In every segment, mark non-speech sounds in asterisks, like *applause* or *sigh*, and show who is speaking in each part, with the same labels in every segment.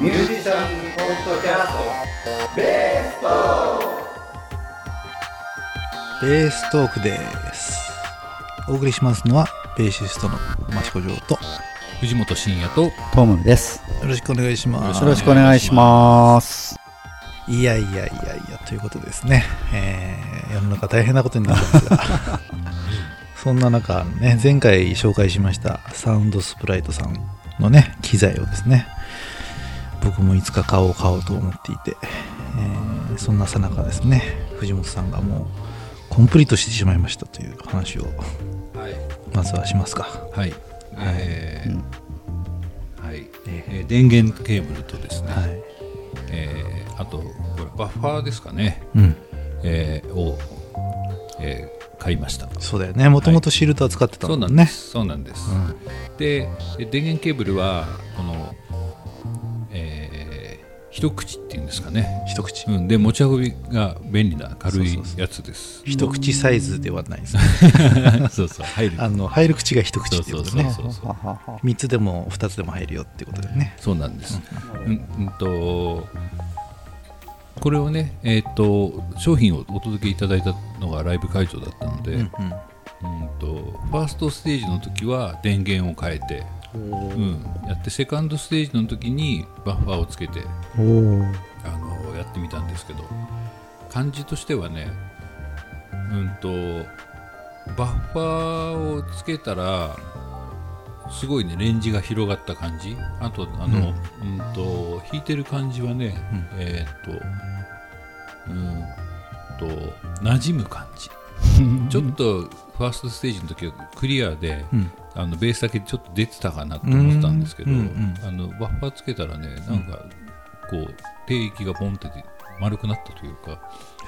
Speaker 1: ミュージシャンポッドキャストベースト
Speaker 2: ベーストークです。お送りしますのは、ベーシストの益子城と、よ
Speaker 3: 藤本慎也と
Speaker 4: トムです。
Speaker 2: ろしくお願いします。
Speaker 4: よろしくお願いします。
Speaker 2: いやいやいやいや、ということですね。えー、世の中大変なことになってますが。
Speaker 3: *laughs*
Speaker 2: そんな中、ね、前回紹介しましたサウンドスプライトさんのね、機材をですね、僕もいつか買おう買おうと思っていて、えーそんなさなかですね、藤本さんがもうコンプリートしてしまいましたという話を、
Speaker 3: はい
Speaker 2: まずはしますか。
Speaker 3: はいえーはいえー電源ケーブルとですね、
Speaker 2: はい。
Speaker 3: えーあとこれバッファーですかね、
Speaker 2: うん。
Speaker 3: えーを、えー買いました
Speaker 2: そうだよね。もともとシールドは使ってた
Speaker 3: そうんな
Speaker 2: だ
Speaker 3: ん
Speaker 2: ね。
Speaker 3: です、そうなんです、
Speaker 2: うん
Speaker 3: でえ電源ケーブルはこの、えー一口っていうんですかね、
Speaker 2: 一口。
Speaker 3: うん、で持ち運びが便利な軽い
Speaker 2: そうそうそう
Speaker 3: やつ
Speaker 2: *laughs*
Speaker 3: です
Speaker 2: 一口サイズではないですね。
Speaker 3: そう *laughs* そう入る
Speaker 2: あの、入る口が一口
Speaker 3: そう
Speaker 2: っていう
Speaker 3: そ
Speaker 2: こ
Speaker 3: う
Speaker 2: と
Speaker 3: そう
Speaker 2: ね。
Speaker 3: そうそう
Speaker 4: ははは
Speaker 2: 3つでも2つでも入るよってことだよね。
Speaker 3: そうなんです。うん、うんと。これをね、えっ、と、商品をお届けいただいたのがライブ会場だったので。うん、と、ファーストステージの時は電源を変えて。うん、やって、セカンドステージの時にバッファーをつけて、
Speaker 4: おお。
Speaker 3: あの、やってみたんですけど。感じとしてはね。うんと。バッファーをつけたら。すごいねレンジが広がった感じあとあの、うんと弾いてる感じはね、えーっとうんと馴染む感じちょっとファーストステージの時はクリアで、
Speaker 2: うん
Speaker 3: あのベースだけちょっと出てたかなと思ってたんですけど、
Speaker 2: うんうんうん
Speaker 3: あのバッファーつけたらねなんかこう定域がポンって丸くなったというか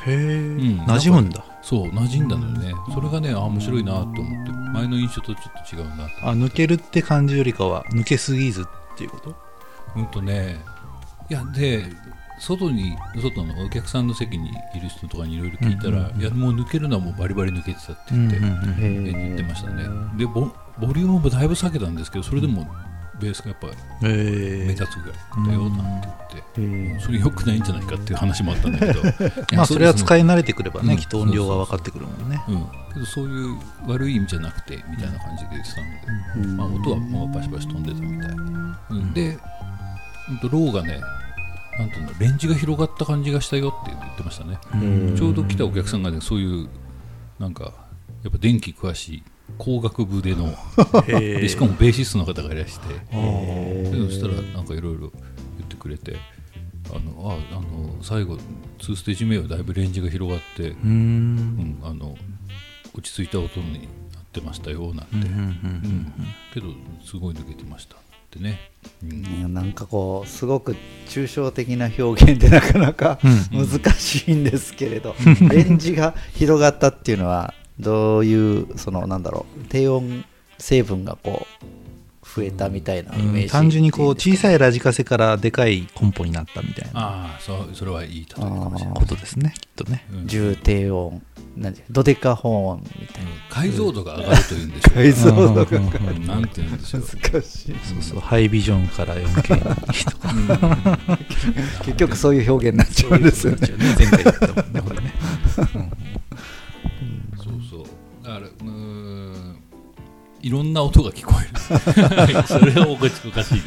Speaker 2: へえ、
Speaker 3: ん
Speaker 2: 馴染むんだ。
Speaker 3: そう馴染んだのよね、それがねあ面白いなと思って前の印象とちょっと違うなと
Speaker 2: あ、抜けるって感じよりかは、抜けすぎずっていうこと
Speaker 3: うんとね、いや、で、外に、外のお客さんの席にいる人とかにいろいろ聞いたら、いや、もう抜けるのはもうバリバリ抜けてたって言って、
Speaker 4: へ
Speaker 3: え
Speaker 4: ー
Speaker 3: 言ってましたね。でボ、ボリュームもだいぶ下げたんですけど、それでもベースがやっぱり
Speaker 2: え、
Speaker 3: 目立つぐらいだよなんて言って、
Speaker 4: へ
Speaker 3: それ良くないんじゃないかっていう話もあったんだけど
Speaker 2: *laughs* まあ、それは使
Speaker 3: い
Speaker 2: い慣れてくればね、
Speaker 3: うん
Speaker 2: きっと音量が分かってくるもんね。
Speaker 3: や。うん、けどそういう悪い意味じゃなくてみたいな感じで言ってたので、まあ、音はもうバシバシ飛んでたみたい、うん、で、うんと、ローがねなんていうのレンジが広がった感じがしたよって言ってましたね、ちょうど来たお客さんがねそういうなんかやっぱ電気詳しい工学部でのでしかもベーシストの方がいらしてでそしたらなんかいろいろ言ってくれてあのああの最後2ステージ目はだいぶレンジが広がって、
Speaker 2: うーん。
Speaker 3: うん、あの落ち着いた音になってましたよなんて、
Speaker 2: うんう
Speaker 3: う
Speaker 2: ん
Speaker 3: んけどすごい抜けてましたってね、うん
Speaker 4: いやなんかこうすごく抽象的な表現でなかなか難しいんですけれど、レンジが広がったっていうのはどういうそのなんだろう低音成分がこう増えたみたいなイメージ、
Speaker 2: 単純にこう、小
Speaker 4: い
Speaker 2: さいラジカセからでかいコンポになったみたいな
Speaker 3: ああそうそれはいい例えかもしれない、
Speaker 2: ことですね、きっとね。
Speaker 3: うん
Speaker 4: 重低音なんていうドデカホーンみたいな
Speaker 3: 解像度が上がるというんでしょうか
Speaker 4: 解像度が
Speaker 2: うんうんうん
Speaker 3: うんなんていうんでしょう
Speaker 4: 難しい
Speaker 2: そうそう、ハイビジョンから 4K にとか。
Speaker 4: *laughs* 結局そういう表現になっちゃうんですよね
Speaker 2: 前回だったもんね、これね。
Speaker 3: そうそうだからうーんいろんな音が聞こえるそれはおかしいおかしい、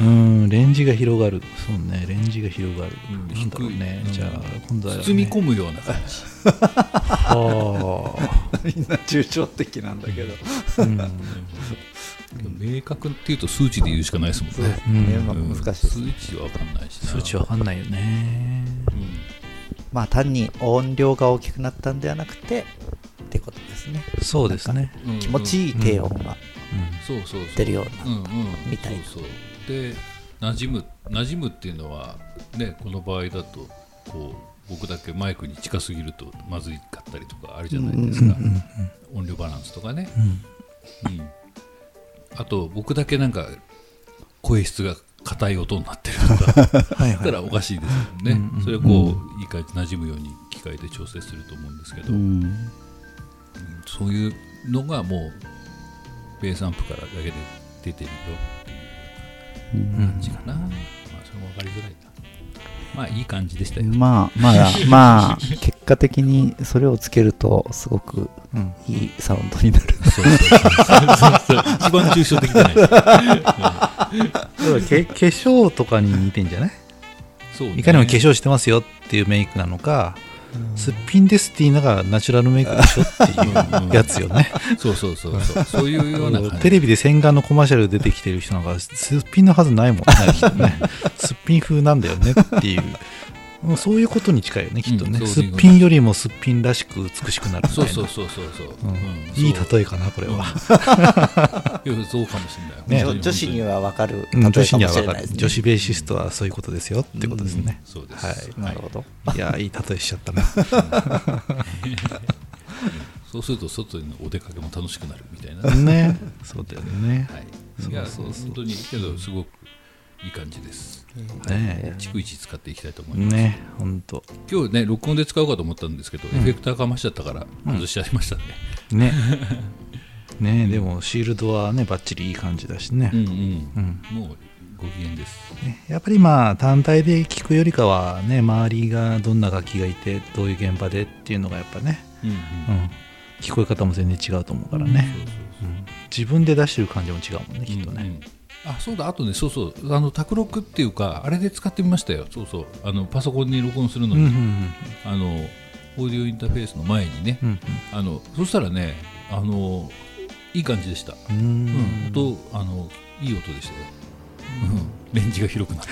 Speaker 2: うん、レンジが広がる。そうね、レンジが広がる。
Speaker 3: うん
Speaker 2: なんだろうね。
Speaker 3: 低い
Speaker 2: じゃあ、今度は、ね。
Speaker 3: 包み込むような感じ
Speaker 2: は
Speaker 4: みんな抽象的なんだけど
Speaker 2: あ、うん
Speaker 3: 明確っていうと数値で言うしかないですもんね
Speaker 4: ねまあ
Speaker 3: うん
Speaker 4: 難しいです
Speaker 3: 数値は分かんないしな
Speaker 2: 数値わかんないよね。
Speaker 3: うん
Speaker 4: まあ単に音量が大きくなったんではなくてってことですね
Speaker 2: そうですね。
Speaker 3: うん
Speaker 4: 気持ちいい低音が
Speaker 3: そうそうそう
Speaker 4: 出るよう
Speaker 3: うんうん
Speaker 4: みたいな
Speaker 3: そうそうで馴染む馴染むっていうのはねこの場合だとこう僕だけマイクに近すぎるとまずいかったりとかあるじゃないですか、音量バランスとかね、うんあと僕だけなんか声質が硬い音になってる *laughs* とか
Speaker 2: はい
Speaker 3: だった
Speaker 2: はい。
Speaker 3: らおかしいですもんね、それをこういい感じに馴染むように機械で調整すると思うんですけど、
Speaker 4: うん
Speaker 3: そういうのがもうベースアンプからだけで出てるよっていう感じかな、まあ、それも分かりづらいなまあいい感じでしたよ、
Speaker 4: まあまだまあ結果的にそれをつけるとすごく
Speaker 2: うん
Speaker 4: いいサウンドになる
Speaker 3: そうそうそうそうそう一番抽象的じゃないですか、
Speaker 2: け化粧とかに似てんじゃない
Speaker 3: うんそうね
Speaker 2: いかにも化粧してますよっていうメイクなのか、すっぴんですって言いながらナチュラルメイクでしょって
Speaker 3: うんう
Speaker 2: い
Speaker 3: ん
Speaker 2: うやつよね。
Speaker 3: そうそうそうそうそういうような感じ
Speaker 2: テレビで洗顔のコマーシャル出てきてる人なんかすっぴんのはずないもんね。きっとね *laughs* すっぴん風なんだよねっていう。もうそういうことに近いよね、きっとね。
Speaker 3: うんそ
Speaker 2: す
Speaker 3: ういう
Speaker 2: っ
Speaker 3: こと
Speaker 2: ぴんよりもすっぴんらしく美しくなるみたいな。
Speaker 3: そうそうそうそうそう、
Speaker 2: うん
Speaker 3: うん
Speaker 2: いい例えかな、これは。
Speaker 3: そういやそうかもしれない、
Speaker 2: ね
Speaker 3: 本当に
Speaker 4: 女子にはわかる
Speaker 2: うん
Speaker 4: 例
Speaker 2: 女
Speaker 4: えか
Speaker 2: 子に
Speaker 4: も
Speaker 2: は
Speaker 4: し
Speaker 2: 分
Speaker 4: れ
Speaker 2: か
Speaker 4: ないで
Speaker 2: る
Speaker 4: す。ね
Speaker 2: 女子ベーシストはそういうことですよってことですね。
Speaker 3: そうです、
Speaker 2: はい
Speaker 4: なるほど
Speaker 2: いや、いい例えしちゃったな。
Speaker 3: そうすると外へのお出かけも楽しくなるみたいな、
Speaker 2: ね。そうだよね。
Speaker 3: はい、
Speaker 2: そう
Speaker 3: いや
Speaker 2: そうそう
Speaker 3: 本当にけどすごくいい感じです、
Speaker 2: ね
Speaker 3: 逐一使っていきたいと思います、
Speaker 2: ね、ほんと。
Speaker 3: 今日ね録音で使おうかと思ったんですけど、エフェクターかましちゃったから外しちゃいましたね、
Speaker 2: ねねでもシールドはねバッチリいい感じだしね,、
Speaker 3: うん
Speaker 2: う
Speaker 3: うんん、もうご機嫌です
Speaker 2: ねやっぱりまあ単体で聞くよりかはね周りがどんな楽器がいてどういう現場でっていうのがやっぱね、
Speaker 3: うんうん
Speaker 2: うん、聞こえ方も全然違うと思うからね、
Speaker 3: そうそうそう
Speaker 2: 自分で出してる感じも違うもんねきっとね、
Speaker 3: うんうんあそうだあとねそうそうあの卓録っていうかあれで使ってみましたよそうそうあのパソコンに録音するのに、
Speaker 2: うんうん
Speaker 3: あのオーディオインターフェースの前にね、
Speaker 2: うん
Speaker 3: あのそしたらねあのいい感じでした、
Speaker 2: うん
Speaker 3: うん
Speaker 2: うん
Speaker 3: 音あのいい音でしたよ、うん、レンジが広くなって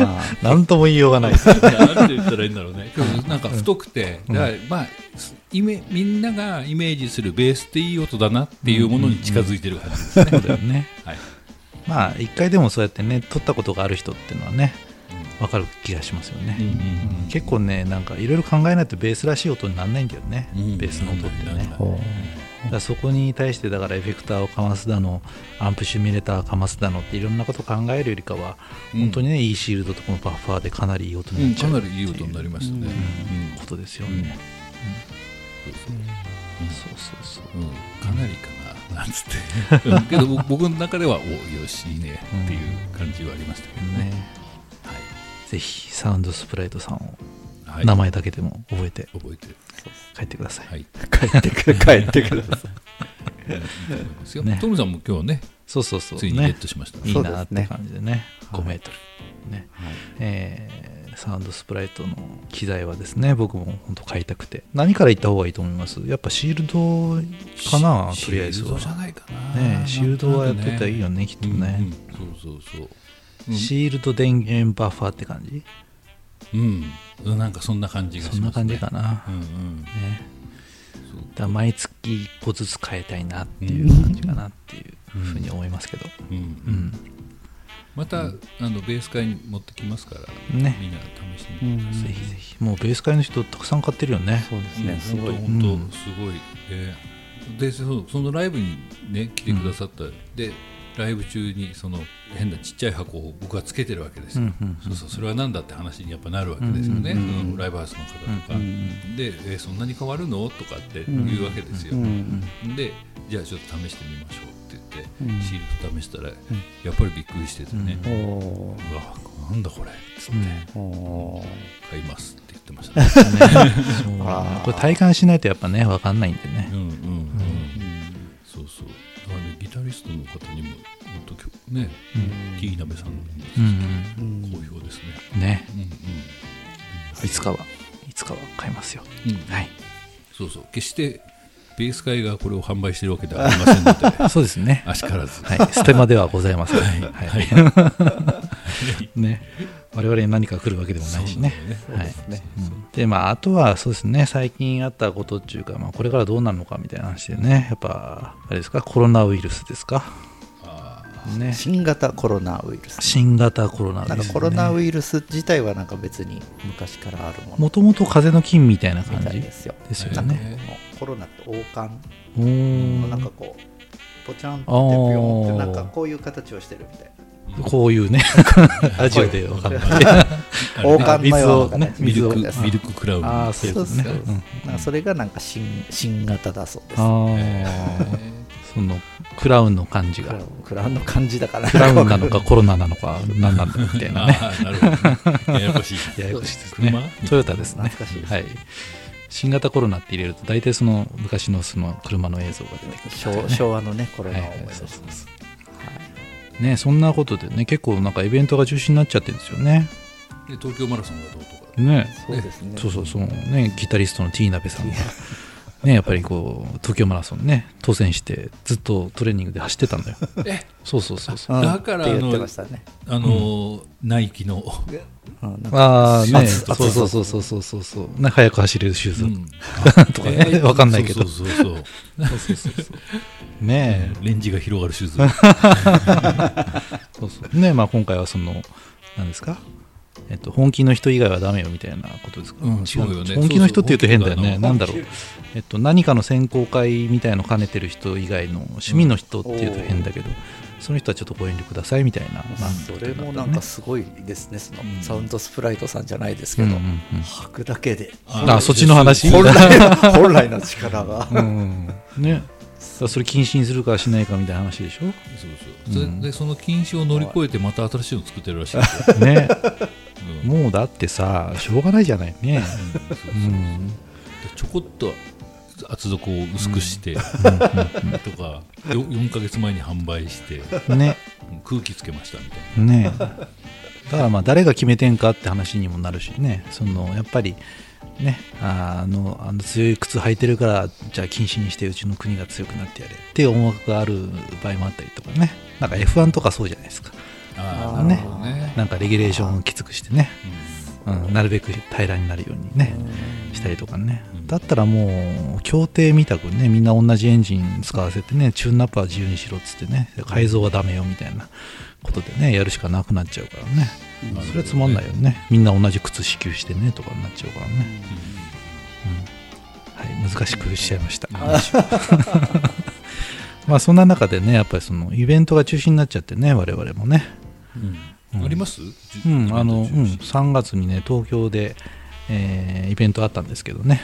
Speaker 4: まあ
Speaker 2: なんとも言いようがないです
Speaker 3: なんて言ったらいいんだろう
Speaker 2: *laughs*
Speaker 3: ねなんか太くて、だからまあイメみんながイメージするベースっていい音だなっていうものに近づいてる感じですね、
Speaker 2: *laughs* そうだよね
Speaker 3: はい
Speaker 2: まあ一回でもそうやってね撮ったことがある人っていうのはねわかる気がしますよね、
Speaker 3: うんうん
Speaker 2: うん結構ねなんかいろいろ考えないとベースらしい音にならないんだよね、
Speaker 3: うん
Speaker 2: ベースの音ってね、
Speaker 3: うん
Speaker 2: だからそこに対してだからエフェクターをかますだのアンプシミュレーターをかますだのっていろんなこと考えるよりかは、
Speaker 3: うん
Speaker 2: 本当にねいいシールドとこのバッファーでかなりいい音
Speaker 3: う
Speaker 2: に
Speaker 3: ん、
Speaker 2: なっち
Speaker 3: か
Speaker 2: ゃう
Speaker 3: な
Speaker 2: って
Speaker 3: りいい音になりましたね。
Speaker 2: いうことですよ
Speaker 3: うんうん
Speaker 2: ね、
Speaker 3: そうですね
Speaker 2: そうそうそう
Speaker 3: うんかなりかな、なんつって。うんけど僕僕の中では、およし、いいねっていう感じはありましたけどね。
Speaker 2: ねぜひサウンドスプライトさんを
Speaker 3: はい。
Speaker 2: 名
Speaker 3: はい、
Speaker 2: 前だけでも覚えて
Speaker 3: 覚えて、
Speaker 2: 帰ってください、
Speaker 3: はい。いい
Speaker 4: 帰ってくる帰ってください
Speaker 3: と思いますよ
Speaker 2: ね
Speaker 3: トムさんも今日ね、
Speaker 2: *laughs* そうそうそう
Speaker 3: ついにゲットしました。
Speaker 2: いいなっ
Speaker 4: そうです
Speaker 2: て
Speaker 4: ね
Speaker 2: 感じでね5メートル、ね
Speaker 4: はい
Speaker 2: えーサウンドスプライトの機材はですね僕も本当買いたくて何から言った方がいいと思いますやっぱシールドかな
Speaker 3: シ
Speaker 2: とりあえず
Speaker 3: シールド
Speaker 2: は
Speaker 3: じゃないかな。
Speaker 2: ねえシールドはやってたらいいよ
Speaker 3: ね。
Speaker 2: ねきっと
Speaker 3: うんうん
Speaker 2: ね、
Speaker 3: そうそうそう。うん
Speaker 2: シールド電源バッファーって感じ
Speaker 3: うん。なんかそんな感じがしま
Speaker 2: そ
Speaker 3: す、ね。
Speaker 2: んな感じか。な
Speaker 3: う、んうん。
Speaker 2: ね
Speaker 3: そう
Speaker 2: だから毎月1個ずつ変えたいなっていう感じかなっていうふうに思いますけど、
Speaker 3: うん
Speaker 2: うん
Speaker 3: また、あのベース会に持ってきますから、
Speaker 2: ね
Speaker 3: みんな試して
Speaker 4: う
Speaker 3: みてください。
Speaker 4: ん
Speaker 2: ぜひぜひもうベース界の人たくさん買ってるよね
Speaker 4: そうです
Speaker 3: うん
Speaker 4: ねすご
Speaker 3: 本
Speaker 4: い
Speaker 3: 当
Speaker 2: う
Speaker 3: 本
Speaker 2: ん
Speaker 3: 当すごい、えーでそうそのライブにね来てくださった、でライブ中にその変なちっちゃい箱を僕はつけてるわけですよ、
Speaker 2: うんうんうん
Speaker 3: そうそうそれは何だって話にやっぱなるわけですよね、
Speaker 2: うんうん
Speaker 3: そのライブハウスの方とか、
Speaker 2: うん
Speaker 3: で、えーそんなに変わるのとかって言うわけですよ、
Speaker 4: うん
Speaker 3: でじゃあちょっと試してみましょうって言って、
Speaker 4: うん
Speaker 3: シールド試したらやっぱりびっくりしててね、
Speaker 4: おお
Speaker 3: うわなんだこれつって
Speaker 2: ね
Speaker 4: ーおー
Speaker 3: 買いますって言ってましたね
Speaker 2: そう
Speaker 4: あー
Speaker 2: これ体感しないとやっぱね分かんないんでね
Speaker 3: うんうんうんそうそう。だからね、ギタリストの方にも、本当今日ね、ティーナベさんの
Speaker 2: うん
Speaker 4: うん
Speaker 3: 好評ですね。
Speaker 2: うんね
Speaker 3: うんうん。
Speaker 2: いつかはいつかは買いますよ
Speaker 3: うん
Speaker 2: はい
Speaker 3: そうそう。決して、ベース会がこれを販売してるわけではありませんの
Speaker 2: *laughs*
Speaker 3: で、
Speaker 2: そうですね
Speaker 3: あしからず。
Speaker 2: はいステマではございませんはい、 *laughs* ね我々に何か来るわけでもないしね
Speaker 3: そう
Speaker 2: はい
Speaker 4: ね
Speaker 2: うんでまあ、あとはそうですね最近あったことっていうか、まあ、これからどうなるのかみたいな話でねやっぱあれですかコロナウイルスですか、
Speaker 3: ああ
Speaker 2: ね、
Speaker 4: 新型コロナウイルス
Speaker 2: 新型コロナウイ
Speaker 4: なん
Speaker 2: ル
Speaker 4: か
Speaker 2: ス、ね、
Speaker 4: コロナウイルス自体はなんか別に昔からあるもの
Speaker 2: もともと風邪の菌みたいな
Speaker 4: み
Speaker 2: 感
Speaker 4: た
Speaker 2: じ
Speaker 4: いで
Speaker 2: です
Speaker 4: すよ。
Speaker 2: よね、
Speaker 4: もうコロナと王冠
Speaker 2: おー
Speaker 4: のなんかこうポチャンってピョンってなんかこういう形をしてるみたい
Speaker 2: こういうね、 *laughs* ラジオでわかんない。
Speaker 3: あ
Speaker 4: な
Speaker 3: れ
Speaker 4: 王
Speaker 3: ね
Speaker 4: 冠のような形
Speaker 3: ミル
Speaker 2: 水を
Speaker 3: ク
Speaker 4: です、
Speaker 3: ミルククラウン
Speaker 2: ああ、
Speaker 3: ってや
Speaker 2: そういう
Speaker 3: つ
Speaker 2: こと
Speaker 3: です
Speaker 2: ね
Speaker 3: か。
Speaker 2: うん
Speaker 4: なんかそれがなんか新新型だそうです
Speaker 2: あ
Speaker 3: え
Speaker 2: あ、
Speaker 3: ー
Speaker 2: そのクラウンの感じ
Speaker 4: ク
Speaker 2: が
Speaker 4: ラウンクラウンの感じだから
Speaker 2: クラウンなのかコロナなのか何なんだみたいなね
Speaker 3: ああ、なるほど、ね。ややこしい。
Speaker 2: *laughs* ややこしいです
Speaker 3: 車
Speaker 2: ねトヨタですね
Speaker 4: 懐かしいです
Speaker 2: はい新型コロナって入れると大体その昔のその車の映像が出てくる
Speaker 4: 昭昭和のねコロナを思
Speaker 2: そ
Speaker 4: い出
Speaker 2: う
Speaker 4: す
Speaker 2: そうそうねそんなことでね結構なんかイベントが中止になっちゃってるんですよね
Speaker 3: で東京マラソンがどうとか。
Speaker 2: ね
Speaker 4: そうですね
Speaker 2: そうそうそのねギタリストの T 鍋さんがねやっぱりこう東京マラソンね当選してずっとトレーニングで走ってたんだよ
Speaker 3: え
Speaker 2: そうそうそうそう
Speaker 4: うん
Speaker 3: だから
Speaker 4: って言ってましたね
Speaker 3: あのーナイキの、
Speaker 4: うんなんか
Speaker 2: ああね
Speaker 4: 暑
Speaker 2: そうそうそうそうそうそうそうね早く走れるシューズ、
Speaker 3: うん
Speaker 2: *laughs* とかねわかんないけど
Speaker 3: そうそうそうそう
Speaker 2: *laughs* ね
Speaker 3: レンジが広がるシューズ
Speaker 2: えそうそうねまあ今回はその何ですかえっと、本気の人以外はダメよみたいなことですか、
Speaker 3: うん
Speaker 2: 違
Speaker 3: そうよね
Speaker 2: 本気の人って言うと変だよ
Speaker 3: そうそ
Speaker 2: ね
Speaker 3: う
Speaker 2: なんだろう、えっと、何かの選考会みたいの兼ねてる人以外の趣味の人っていうと変だけど、その人はちょっとご遠慮くださいみたいな、まあ
Speaker 4: それもなんかすごいですねそのサウンドスプライトさんじゃないですけど
Speaker 2: うんうんうん
Speaker 4: 履くだけで
Speaker 2: あそっちの話
Speaker 4: 本来本来の力が
Speaker 2: うんねだからそれ禁止にするかしないかみたいな話で
Speaker 3: *laughs*
Speaker 2: しょ
Speaker 3: そうそうそれでその禁止を乗り越えてまた新しいの作ってるらしいですよ、
Speaker 2: ね
Speaker 3: うん
Speaker 2: もうだってさしょうがないじゃないね
Speaker 3: そうそう
Speaker 2: うん
Speaker 3: ちょこっと厚底を薄くして、とかよ4か月前に販売して
Speaker 2: ね
Speaker 3: うん空気つけましたみたい
Speaker 2: ねだからまあ誰が決めてんかって話にもなるしねそのやっぱりねあーあのあの強い靴履いてるからじゃあ禁止にしてうちの国が強くなってやれっていう思惑がある場合もあったりとかねなんか F1 とかそうじゃないですか
Speaker 3: なあ
Speaker 4: あ
Speaker 3: あ
Speaker 4: ー
Speaker 3: なるほどね、
Speaker 2: なんかレギュレーションをきつくしてね、
Speaker 3: うん
Speaker 2: うん、なるべく平らになるようにねしたりとかね
Speaker 3: うん
Speaker 2: だったらもう協定みたくねみんな同じエンジン使わせてねチューンナップは自由にしろっつってね改造はダメよみたいなことでねやるしかなくなっちゃうからね
Speaker 3: うん
Speaker 2: それはつまんないよねみんな同じ靴支給してねとかになっちゃうからね、はい、難しくしちゃいました話を *laughs* まあそんな中でねやっぱりそのイベントが中止になっちゃってね我々もね
Speaker 3: うんあります
Speaker 2: うん、あの、うん、
Speaker 3: うん
Speaker 2: 3月にね、東京で、えーイベントあったんですけどね、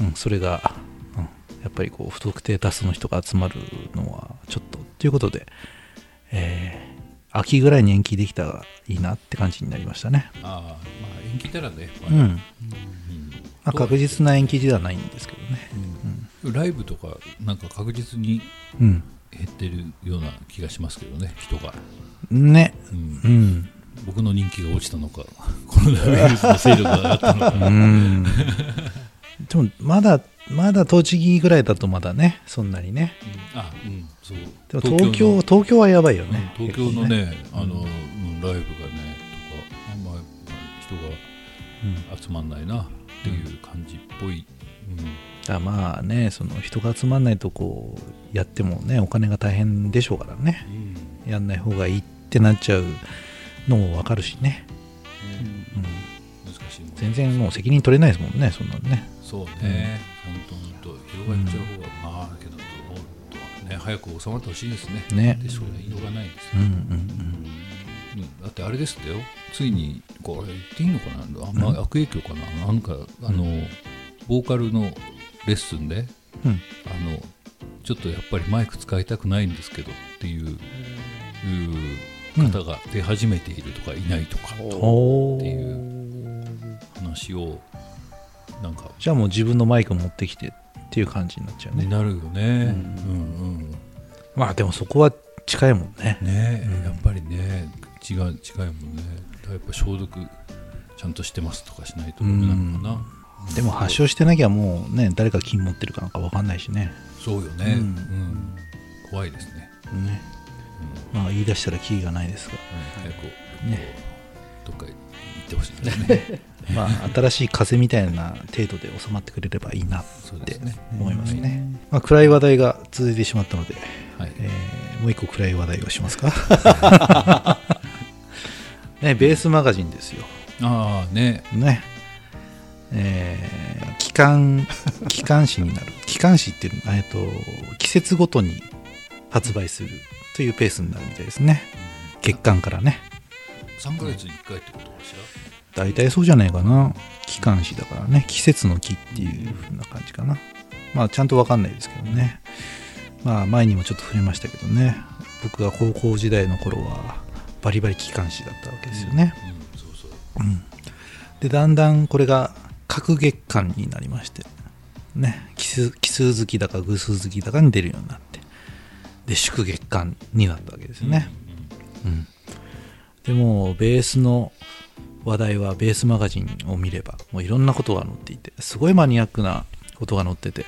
Speaker 2: うん、それが、うん、やっぱりこう、不特定多数の人が集まるのは、ちょっと、ということで、えー秋ぐらいに延期できたらいいなって感じになりましたね。
Speaker 3: ああまあ延期たらね、まあ
Speaker 2: うん。
Speaker 3: うん
Speaker 2: まあ、確実な延期ではないんですけどね。
Speaker 3: ライブとかなんか確実に
Speaker 2: うん。
Speaker 3: 減ってるような気がしますけどね人が、
Speaker 2: ね。
Speaker 3: うん
Speaker 2: うん。
Speaker 3: 僕の人気が落ちたのかコロナウイルスの勢力が上がったのか、
Speaker 2: うん。でも、まだ、まだ栃木ぐらいだとまだね、そんなにね。
Speaker 3: あうんそう
Speaker 2: でも東京、
Speaker 3: の
Speaker 2: 東京はやばいよね。
Speaker 3: 東京の
Speaker 2: 結構
Speaker 3: ねあの、うんライブがねとかあんまり人
Speaker 2: うん
Speaker 3: が集まんないなっていう感じっぽい、
Speaker 2: あまあねその人が集まんないとこうやってもねお金が大変でしょうからね
Speaker 3: うん
Speaker 2: やんない方がいいってなっちゃうのもわかるしね、
Speaker 3: ね
Speaker 2: うん、
Speaker 3: 難しいもん
Speaker 2: 全然もう責任取れないですもんねそんなのね
Speaker 3: そうね、本当本当広がっちゃう方が、まあけどどうとはね早く収まってほしいですね
Speaker 2: ね
Speaker 3: でしょうね言いようがないです
Speaker 2: う
Speaker 3: ね、
Speaker 2: んうん
Speaker 3: うんだってあれですってよついにこれ言っていいのかなあんま悪影響かななんかあのボーカルのレッスンで
Speaker 2: うんうん
Speaker 3: あのちょっとやっぱりマイク使いたくないんですけどっていういう方が出始めているとかいないとか
Speaker 2: お
Speaker 3: ってい
Speaker 2: ー
Speaker 3: う話をなんか
Speaker 2: じゃあもう自分のマイク持ってきてっていう感じになっちゃうね
Speaker 3: になるよね。うんうん
Speaker 2: まあでもそこは近いもんね
Speaker 3: ねえ、やっぱりね違う違いもんねやっぱ消毒ちゃんとしてますとかしないとダメなのかな、
Speaker 2: でも発症してなきゃもうね誰が金持ってるかなんかわかんないしね
Speaker 3: そうよね、
Speaker 2: う
Speaker 3: うんん怖いですね、
Speaker 2: ねまあ言い出したらキリがないですが
Speaker 3: うん、早く
Speaker 2: ね
Speaker 3: どっか行ってほしい
Speaker 2: *laughs*
Speaker 3: ですね
Speaker 2: まあ、新しい風みたいな程度で収まってくれればいいなっ
Speaker 3: そうで
Speaker 2: て
Speaker 3: すね
Speaker 2: 思いますねまあ、暗い話題が続いてしまったので、
Speaker 3: はい、
Speaker 2: えーもう一個暗い話題をしますか
Speaker 3: *laughs*
Speaker 2: ねベースマガジンですよ
Speaker 3: ああね
Speaker 2: ねえー期間期間誌になる期間誌っていうのはえっと季節ごとに発売するというペースになるみたいですね月間からね
Speaker 3: 3ヶ月に1回ってことかし
Speaker 2: 大体そうじゃないかな機関誌だからね季節の木っていう風な感じかなまあちゃんとわかんないですけどねまあ前にもちょっと触れましたけどね僕が高校時代の頃はバリバリ機関士だったわけですよね、
Speaker 3: うん、そうそう
Speaker 2: うんでだんだんこれが各月間になりましてね奇数奇数月だか偶数月だかに出るようになってで祝月間になったわけですよね、うん、でもうベースの話題はベースマガジンを見ればもういろんなことが載っていてすごいマニアックなことが載ってて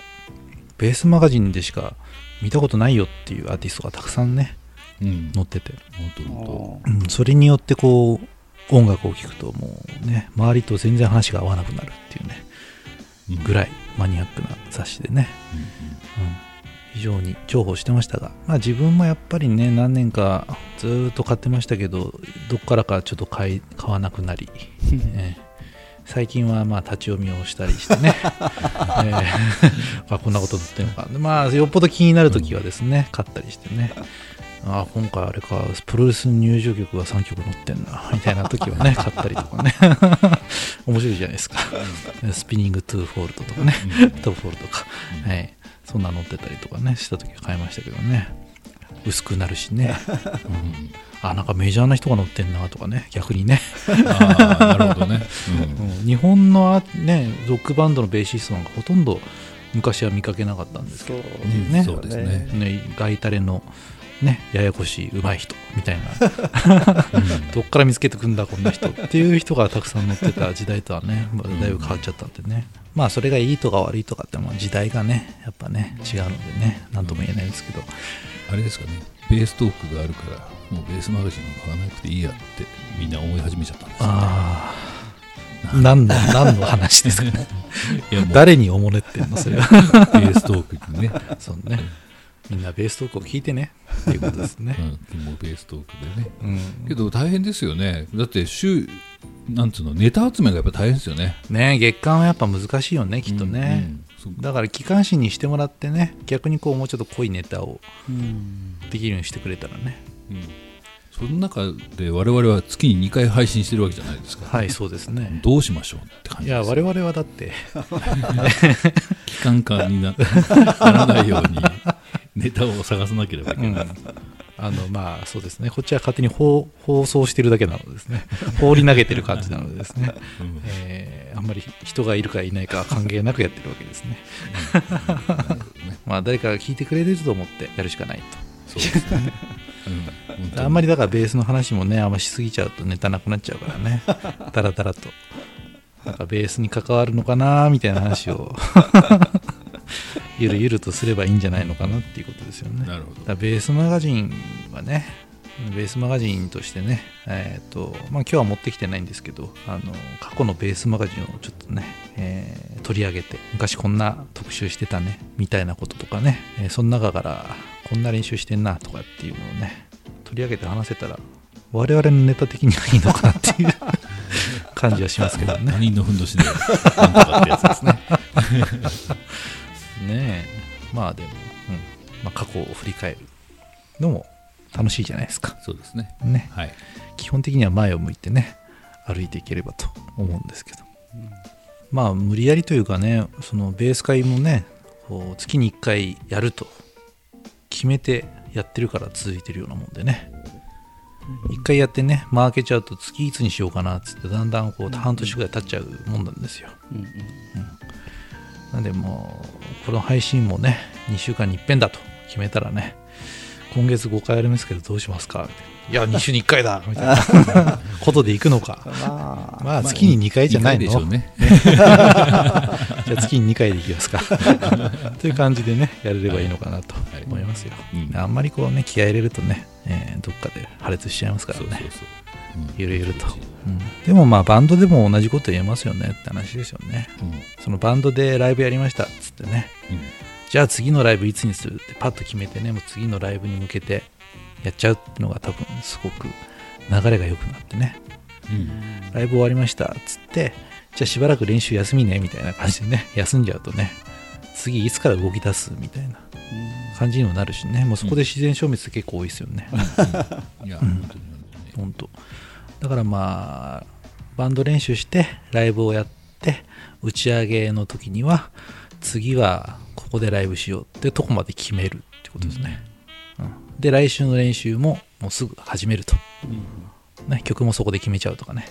Speaker 2: ベースマガジンでしか見たことないよっていうアーティストがたくさんね
Speaker 3: うんうん
Speaker 2: 載ってて、
Speaker 3: 本当本
Speaker 2: うん、それによってこう音楽を聴くともうね周りと全然話が合わなくなるっていうね
Speaker 3: 当
Speaker 2: ぐ
Speaker 3: らい、
Speaker 2: らいマニアックな雑誌でね、
Speaker 3: うんうん
Speaker 2: 非常に重宝してましたが、まあ、自分もやっぱりね何年かずーっと買ってましたけどどっからかちょっと買い買わなくなり、えー最近はまあ立ち読みをしたりしてね、え *laughs* ーまあこんなこと言ってるのかでまあよっぽど気になる時はですね、買ったりしてねああ今回あれかプロレス入場曲が3曲載ってんなみたいな時はね買ったりとかね *laughs* 面白いじゃないですかスピニングトゥーフォールドとかねトゥーフォールドか、はい、そんな載ってたりとかねした時は買いましたけどね薄くなるし *laughs* ね、うん、あなんかメジャーな人が乗ってんなとかね逆にね、
Speaker 3: ああなるほどね、
Speaker 2: うん日本のあ、ね、ロックバンドのベーシストなんかほとんど昔は見かけなかったんですけど
Speaker 4: そう
Speaker 3: うん
Speaker 2: ね
Speaker 3: そうですね、
Speaker 2: ね外タレの、ね、ややこしい上手い人みたいなどっから見つけてくんだこんな人っていう人がたくさん乗ってた時代とはねまあだいぶ変わっちゃったんでね、まあそれがいいとか悪いとかってもう時代がねやっぱね違うのでね何とも言えないですけど、
Speaker 3: あれですかねベーストークがあるからもうベースマガジン買わなくていいやってみんな思い始めちゃったんですよ
Speaker 2: ああ何の何の話ですかね
Speaker 3: いやもう
Speaker 2: 誰におもねってんのそれは
Speaker 3: *laughs* ベーストークにね、
Speaker 2: そうねみんなベーストークを聞いてねっていうことですね
Speaker 3: う、ん、もうベーストークでね
Speaker 2: うん
Speaker 3: けど大変ですよねだって週なんつうのネタ集めがやっぱ大変ですよね
Speaker 2: ね月間はやっぱ難しいよねきっとね、
Speaker 3: うんうん
Speaker 2: だから機関誌にしてもらってね逆にこうもうちょっと濃いネタをできるようにしてくれたらね
Speaker 3: うんその中で我々は月に2回配信してるわけじゃないですか、
Speaker 2: はいそうですね
Speaker 3: どうしましょうって感
Speaker 2: い
Speaker 3: じで
Speaker 2: や
Speaker 3: す
Speaker 2: 我々はだって
Speaker 3: 期間間になならないよ
Speaker 2: *laughs*
Speaker 3: うにネタを探さなければいけない、
Speaker 2: あのまあそうですねこっちは勝手に放放送してるだけなのでですね *laughs* 放り投げてる感じなのでですね、えーあんまり人がいるかいないかは関係なくやってるわけですね *laughs* まあ誰かが聞いてくれてると思ってやるしかない
Speaker 3: そうですね、うん本当
Speaker 2: と
Speaker 3: に
Speaker 2: あんまりだからベースの話もねあんましすぎちゃうとネタなくなっちゃうからね
Speaker 3: *laughs*
Speaker 2: ダラダラとなんかベースに関わるのかなみたいな
Speaker 3: *laughs*
Speaker 2: 話をゆるゆるとすればいいんじゃないのかなっていうことですよね
Speaker 3: なるほ
Speaker 2: だ
Speaker 3: ど
Speaker 2: からベースマガジンはねベースマガジンとしてね、えーとまあ、今日は持ってきてないんですけどあの過去のベースマガジンをちょっとね、えー取り上げて昔こんな特集してたねみたいなこととかね、えーその中からこんな練習してんなとかっていうのをね取り上げて話せたら我々のネタ的にはいいのかなっていう *laughs* 感じはしますけど *laughs* ね
Speaker 3: 他。人のふんどしでなんとかってやつですね
Speaker 2: ねえまあでも、うんまあ、過去を振り返るのも楽しいじゃないですか。
Speaker 3: そうですね
Speaker 2: ね
Speaker 3: はい
Speaker 2: 基本的には前を向いてね歩いていければと思うんですけど、まあ無理やりというかねそのベース会もねこう月に1回やると決めてやってるから続いてるようなもんでね1回やってね間開けちゃうと月いつにしようかなっつってだんだんこう半年ぐらい経っちゃうもんなんですよなんでもうこの配信もね2週間に一遍だと決めたらね今月5回やりますけどどうしますかみたいないや2週に1回だみたい *laughs* なことでいくのか
Speaker 4: まあ
Speaker 2: まあ月に2回じゃないの、
Speaker 3: でしょうね
Speaker 2: じゃあ月に2回でいき
Speaker 3: *laughs*
Speaker 2: ますかという感じでねやれればいいのかなと思いますよ、
Speaker 3: はいうん
Speaker 2: あんまりこうね気合い入れるとね、えーどっかで破裂しちゃいますから
Speaker 3: そう
Speaker 2: ね
Speaker 3: そうそう、うん
Speaker 2: ゆるゆると、うんでもまあバンドでも同じこと言えますよねって話ですよね
Speaker 3: うん
Speaker 2: そのバンドでライブやりましたっつってね
Speaker 3: うん
Speaker 2: じゃあ次のライブいつにするってパッと決めてねもう次のライブに向けてやっちゃうってのが多分すごく流れが良くなってね
Speaker 3: うん
Speaker 2: ライブ終わりましたっつってじゃあしばらく練習休みねみたいな感じでね *laughs* 休んじゃうとね次いつから動き出すみたいな感じにもなるしねもうそこで自然消滅って結構多いですよね、
Speaker 3: いや、本当に本当に
Speaker 2: 本当だからまあバンド練習してライブをやって打ち上げの時には次はここでライブしようってとこまで決めるってことですね、うんで来週の練習ももうすぐ始めると、ね、曲もそこで決めちゃうとかね、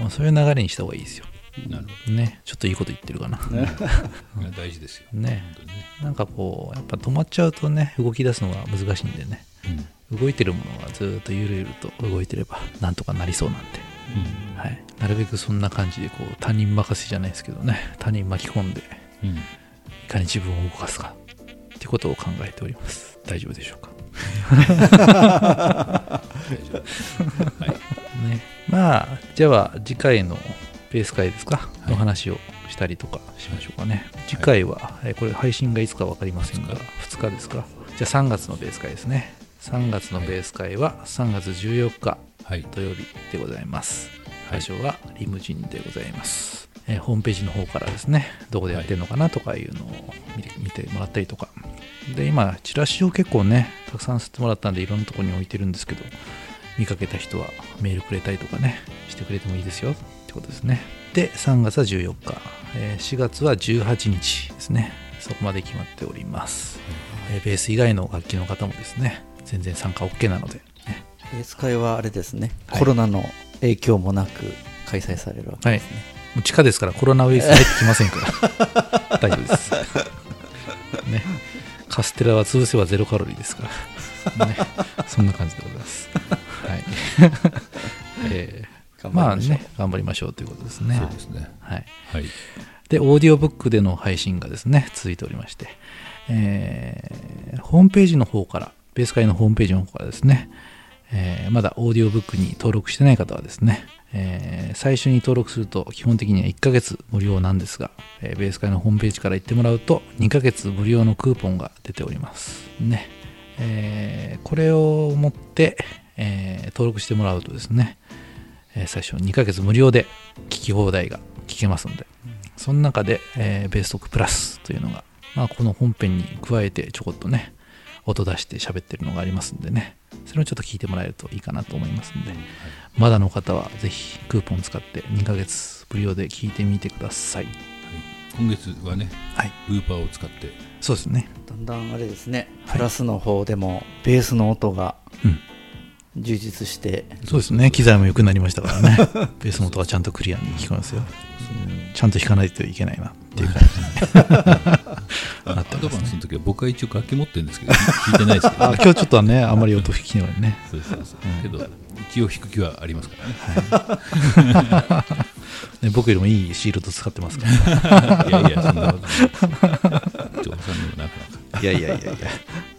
Speaker 2: まあそういう流れにした方がいいですよ
Speaker 3: なるほ
Speaker 2: ねちょっといいこと言ってるかな
Speaker 3: どいや大事ですよ
Speaker 2: *laughs* ね
Speaker 3: 本当にね
Speaker 2: なんかこうやっぱ止まっちゃうとね動き出すのが難しいんでね動いてるものがずーっとゆるゆると動いてればなんとかなりそうなんで、はい、なるべくそんな感じでこう他人任せじゃないですけどね他人巻き込んで
Speaker 3: うんうん
Speaker 2: いかに自分を動かすかってことを考えております大丈夫でしょうか
Speaker 3: 大丈夫ですはい
Speaker 2: ねまあじゃあ次回のベース会ですか、
Speaker 3: い
Speaker 2: の話をしたりとかしましょうかね次回は、えーこれ配信がいつか分かりませんが2日ですかじゃあ3月のベース会ですね3月のベース会は3月14日
Speaker 3: はい
Speaker 2: 土曜日でございます
Speaker 3: は
Speaker 2: 場
Speaker 3: い
Speaker 2: 所はリムジンでございます、えーホームページの方からですねどこでやってるのかなとかいうのを見て見てもらったりとかで今チラシを結構ねたくさん吸ってもらったんでいろんなとこに置いてるんですけど見かけた人はメールくれたりとかねしてくれてもいいですよってことですねで3月は14日、えー4月は18日ですねそこまで決まっております、えーベース以外の楽器の方もですね全然参加 OK なので、ね、
Speaker 4: ベース会はあれですね、
Speaker 2: はい
Speaker 4: コロナの影響もなく開催されるわけ
Speaker 2: はい
Speaker 4: ですね、。
Speaker 2: もう地下ですからコロナウイルス入ってきません
Speaker 4: *laughs*
Speaker 2: から。大丈夫です。ね。カステラは潰せばゼロカロリーですから。ね。そんな感じでございます。はい。
Speaker 4: *laughs*
Speaker 2: えー
Speaker 4: 頑
Speaker 2: まあ
Speaker 4: 張りましょう
Speaker 2: ね、頑張りましょうということですね
Speaker 3: そう。ですね
Speaker 2: はい。
Speaker 3: はい
Speaker 2: で、オーディオブックでの配信がですね、続いておりまして、えーホームページの方から、ベース会のホームページの方からですね、えーまだオーディオブックに登録してない方はですね、えー最初に登録すると基本的には1ヶ月無料なんですが、えーベース会のホームページから行ってもらうと2ヶ月無料のクーポンが出ております。ね。えーこれを持って、えー登録してもらうとですね、えー最初2ヶ月無料で聞き放題が聞けますので、その中で、えーベーストックプラスというのが、まあ、この本編に加えてちょこっとね、音出して喋ってるのがありますんでね、それをちょっと聞いてもらえるといいかなと思いますんで、まだの方はぜひクーポン使って2ヶ月無料で聞いてみてください。
Speaker 3: 今月はね
Speaker 2: はい。
Speaker 3: ルーパーを使って
Speaker 2: そうですね。
Speaker 4: だんだんあれですね、
Speaker 2: はい
Speaker 4: プラスの方でもベースの音が
Speaker 2: うん。
Speaker 4: 充実して、
Speaker 2: そうですね。機材も良くなりましたからね。 *laughs* ベースの音がちゃんとクリアに聞こえ *laughs* ますよ。うんちゃんと弾かないといけないなっていう感 *laughs* じにな
Speaker 3: ア
Speaker 2: って
Speaker 3: ド
Speaker 2: ま
Speaker 3: バ
Speaker 2: す
Speaker 3: ン
Speaker 2: ね
Speaker 3: ス。の時は僕は一応楽器持ってるんですけど弾いてないですけど
Speaker 2: あ
Speaker 3: ね
Speaker 2: 今日ちょっとはね、あんまり音聞きないね。
Speaker 3: そうそうそうけど一応弾く気はありますから
Speaker 2: *laughs*
Speaker 3: ね
Speaker 2: ね僕よりもいいシールド使ってますから、
Speaker 3: いやいや、そんなことない。冗談でもなくなか。
Speaker 2: いやい *laughs* やいやいや、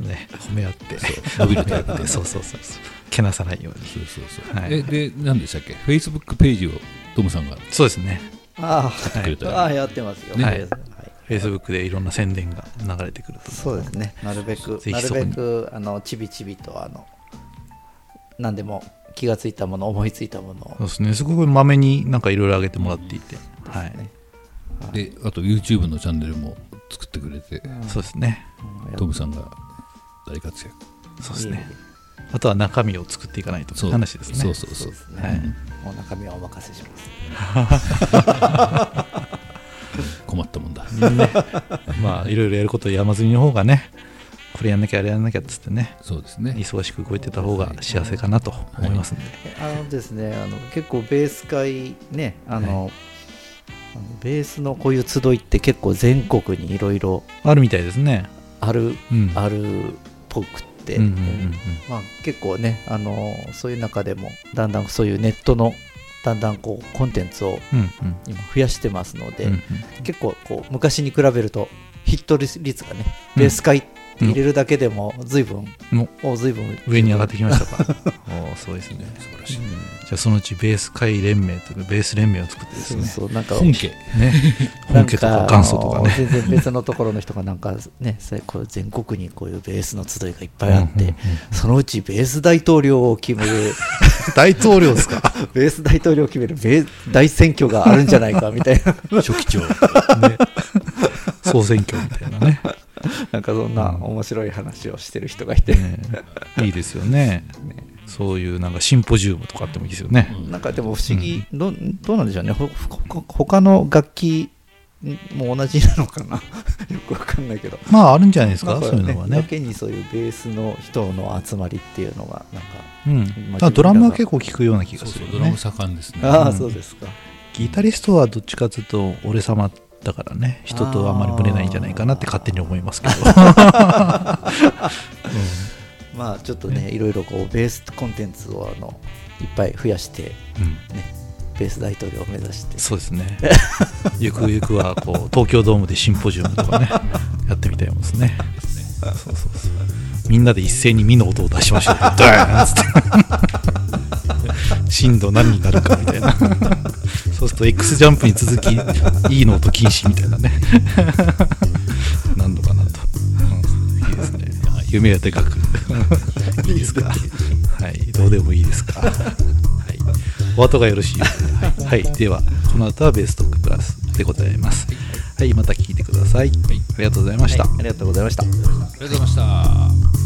Speaker 2: ね、褒め合って、
Speaker 3: 伸びるタイプ
Speaker 2: で、 *laughs* そうそうそうそう、けなさないように。
Speaker 3: そうそうそう。
Speaker 2: はい
Speaker 3: え、で、何でしたっけ ?Facebook ページをトムさんが
Speaker 2: そうですね、
Speaker 4: あ
Speaker 3: 作ってくれ
Speaker 4: あ、
Speaker 3: たら。
Speaker 4: ああやってますよ、
Speaker 2: ね
Speaker 4: はいはい
Speaker 2: Facebook でいろんな宣伝が流れてくると。
Speaker 4: そうですね、なるべく、
Speaker 2: ぜ
Speaker 4: な
Speaker 2: ひ
Speaker 4: る
Speaker 2: そこ
Speaker 4: べ
Speaker 2: に
Speaker 4: く、あのちびちびと、あの何でも気がついたもの、思いついたもの
Speaker 2: そう
Speaker 4: を、
Speaker 2: ですね、すごくまめになんかいろいろ上げてもらっていて、はい、
Speaker 3: で、あと YouTube のチャンネルも作ってくれて、
Speaker 2: そうですね、
Speaker 4: うん
Speaker 3: トムさんが大活躍。
Speaker 2: そうです
Speaker 4: いえい
Speaker 2: ね。あとは中身を作っていかないとって
Speaker 3: そう
Speaker 2: 話ですね。
Speaker 3: そうそう
Speaker 4: えそ
Speaker 3: そうう
Speaker 4: で。す
Speaker 2: は
Speaker 4: ね、
Speaker 2: い
Speaker 4: もう中身はお任せします。
Speaker 3: 困ったもんだ。
Speaker 2: まあいろいろやること山積みの方がね、これやんなきゃあれやんなきゃっつってね、
Speaker 3: そうですね。
Speaker 2: 忙しく動いてた方が幸せかなと思いますんで。
Speaker 4: あのですね、あの結構ベース会ね、あの、あのベースのこういう集いって結構全国にいろいろ
Speaker 2: あるみたいですね。
Speaker 4: ある、
Speaker 2: うん。
Speaker 4: あるっぽくって、
Speaker 2: うんうんうんうん
Speaker 4: まあ結構ね、あのそういう中でもだんだんそういうネットのだんだんこうコンテンツを
Speaker 2: うんうん
Speaker 4: 今増やしてますので、
Speaker 2: うんうん
Speaker 4: 結構こう昔に比べるとヒット率がね、ベース会って入れるだけでも随分、
Speaker 2: も
Speaker 4: もう随分
Speaker 2: う上に上がってきましたか *laughs* おーすごいですね
Speaker 3: 素晴らしい。
Speaker 2: じゃあそのうちベース会連盟というかベース連盟を作ってです
Speaker 4: そう
Speaker 2: ね
Speaker 4: そうなんか
Speaker 3: 本家。
Speaker 2: ね *laughs* 本家とか元祖とか
Speaker 4: なんあの
Speaker 2: *laughs* ね
Speaker 4: 全然別のところの人がなんかね、それこう全国にこういうベースの集いがいっぱいあって、
Speaker 2: うんうん
Speaker 4: そのうちベース大統領を決める、 *laughs*
Speaker 2: 大統領ですか
Speaker 4: ベース大統領を決めるベー大選挙があるんじゃないかみたいな、
Speaker 3: 初期長。
Speaker 2: ね *laughs* 総選挙みたいなね
Speaker 4: なんかそんな面白い話をしてる人がいて、
Speaker 2: ねいいですよねそういうなんかシンポジウムとかあってもいいですよね
Speaker 3: うん
Speaker 4: なんかでも不思議、どどうなんでしょうね、ほほほ他の楽器んもう同じなのかな *laughs* よくわかんないけど
Speaker 2: まああるんじゃないですか、
Speaker 4: なん
Speaker 2: そういうのは
Speaker 4: や
Speaker 2: ね。
Speaker 4: けにそういうベースの人の集まりっていうのがなんか
Speaker 2: うん、
Speaker 4: まあ
Speaker 2: だからドラムは結構聞くような気が
Speaker 3: そう
Speaker 2: す
Speaker 3: そ
Speaker 2: る
Speaker 3: う
Speaker 2: よ
Speaker 3: ドラ
Speaker 2: ね
Speaker 3: ム。盛んですね
Speaker 4: ああ、
Speaker 2: うん
Speaker 4: そうですか
Speaker 2: ギタリストはどっちかというと俺様だからね人とあんまりぶれないんじゃないかなって勝手に思いますけ *laughs* ど、
Speaker 4: まあちょっとねいろいろこうベースコンテンツをあのいっぱい増やして
Speaker 2: うんうん
Speaker 4: ねベース大統領を目指して
Speaker 2: そうです *laughs* ねゆくゆくはこう東京ドームでシンポジウムと *laughs* かねやってみたいもんですねそうそうそうみんなで一斉に「ミ」の音を出しましょうよドーン *laughs* っつって震度何になるかみたいなそうすると X ジャンプに続き「E」の音 *laughs* 禁止みたいなね *laughs* 何度かなと、うんいいですね夢はでかく *laughs* いいですかはいどうでもいいです *laughs* かはいお後がよろしいようで、はいはい、ではこの後はベーストックプラスでございますはいまた聞いてください、ありがとうございました、
Speaker 4: ありがとうございました
Speaker 3: ありがとうございました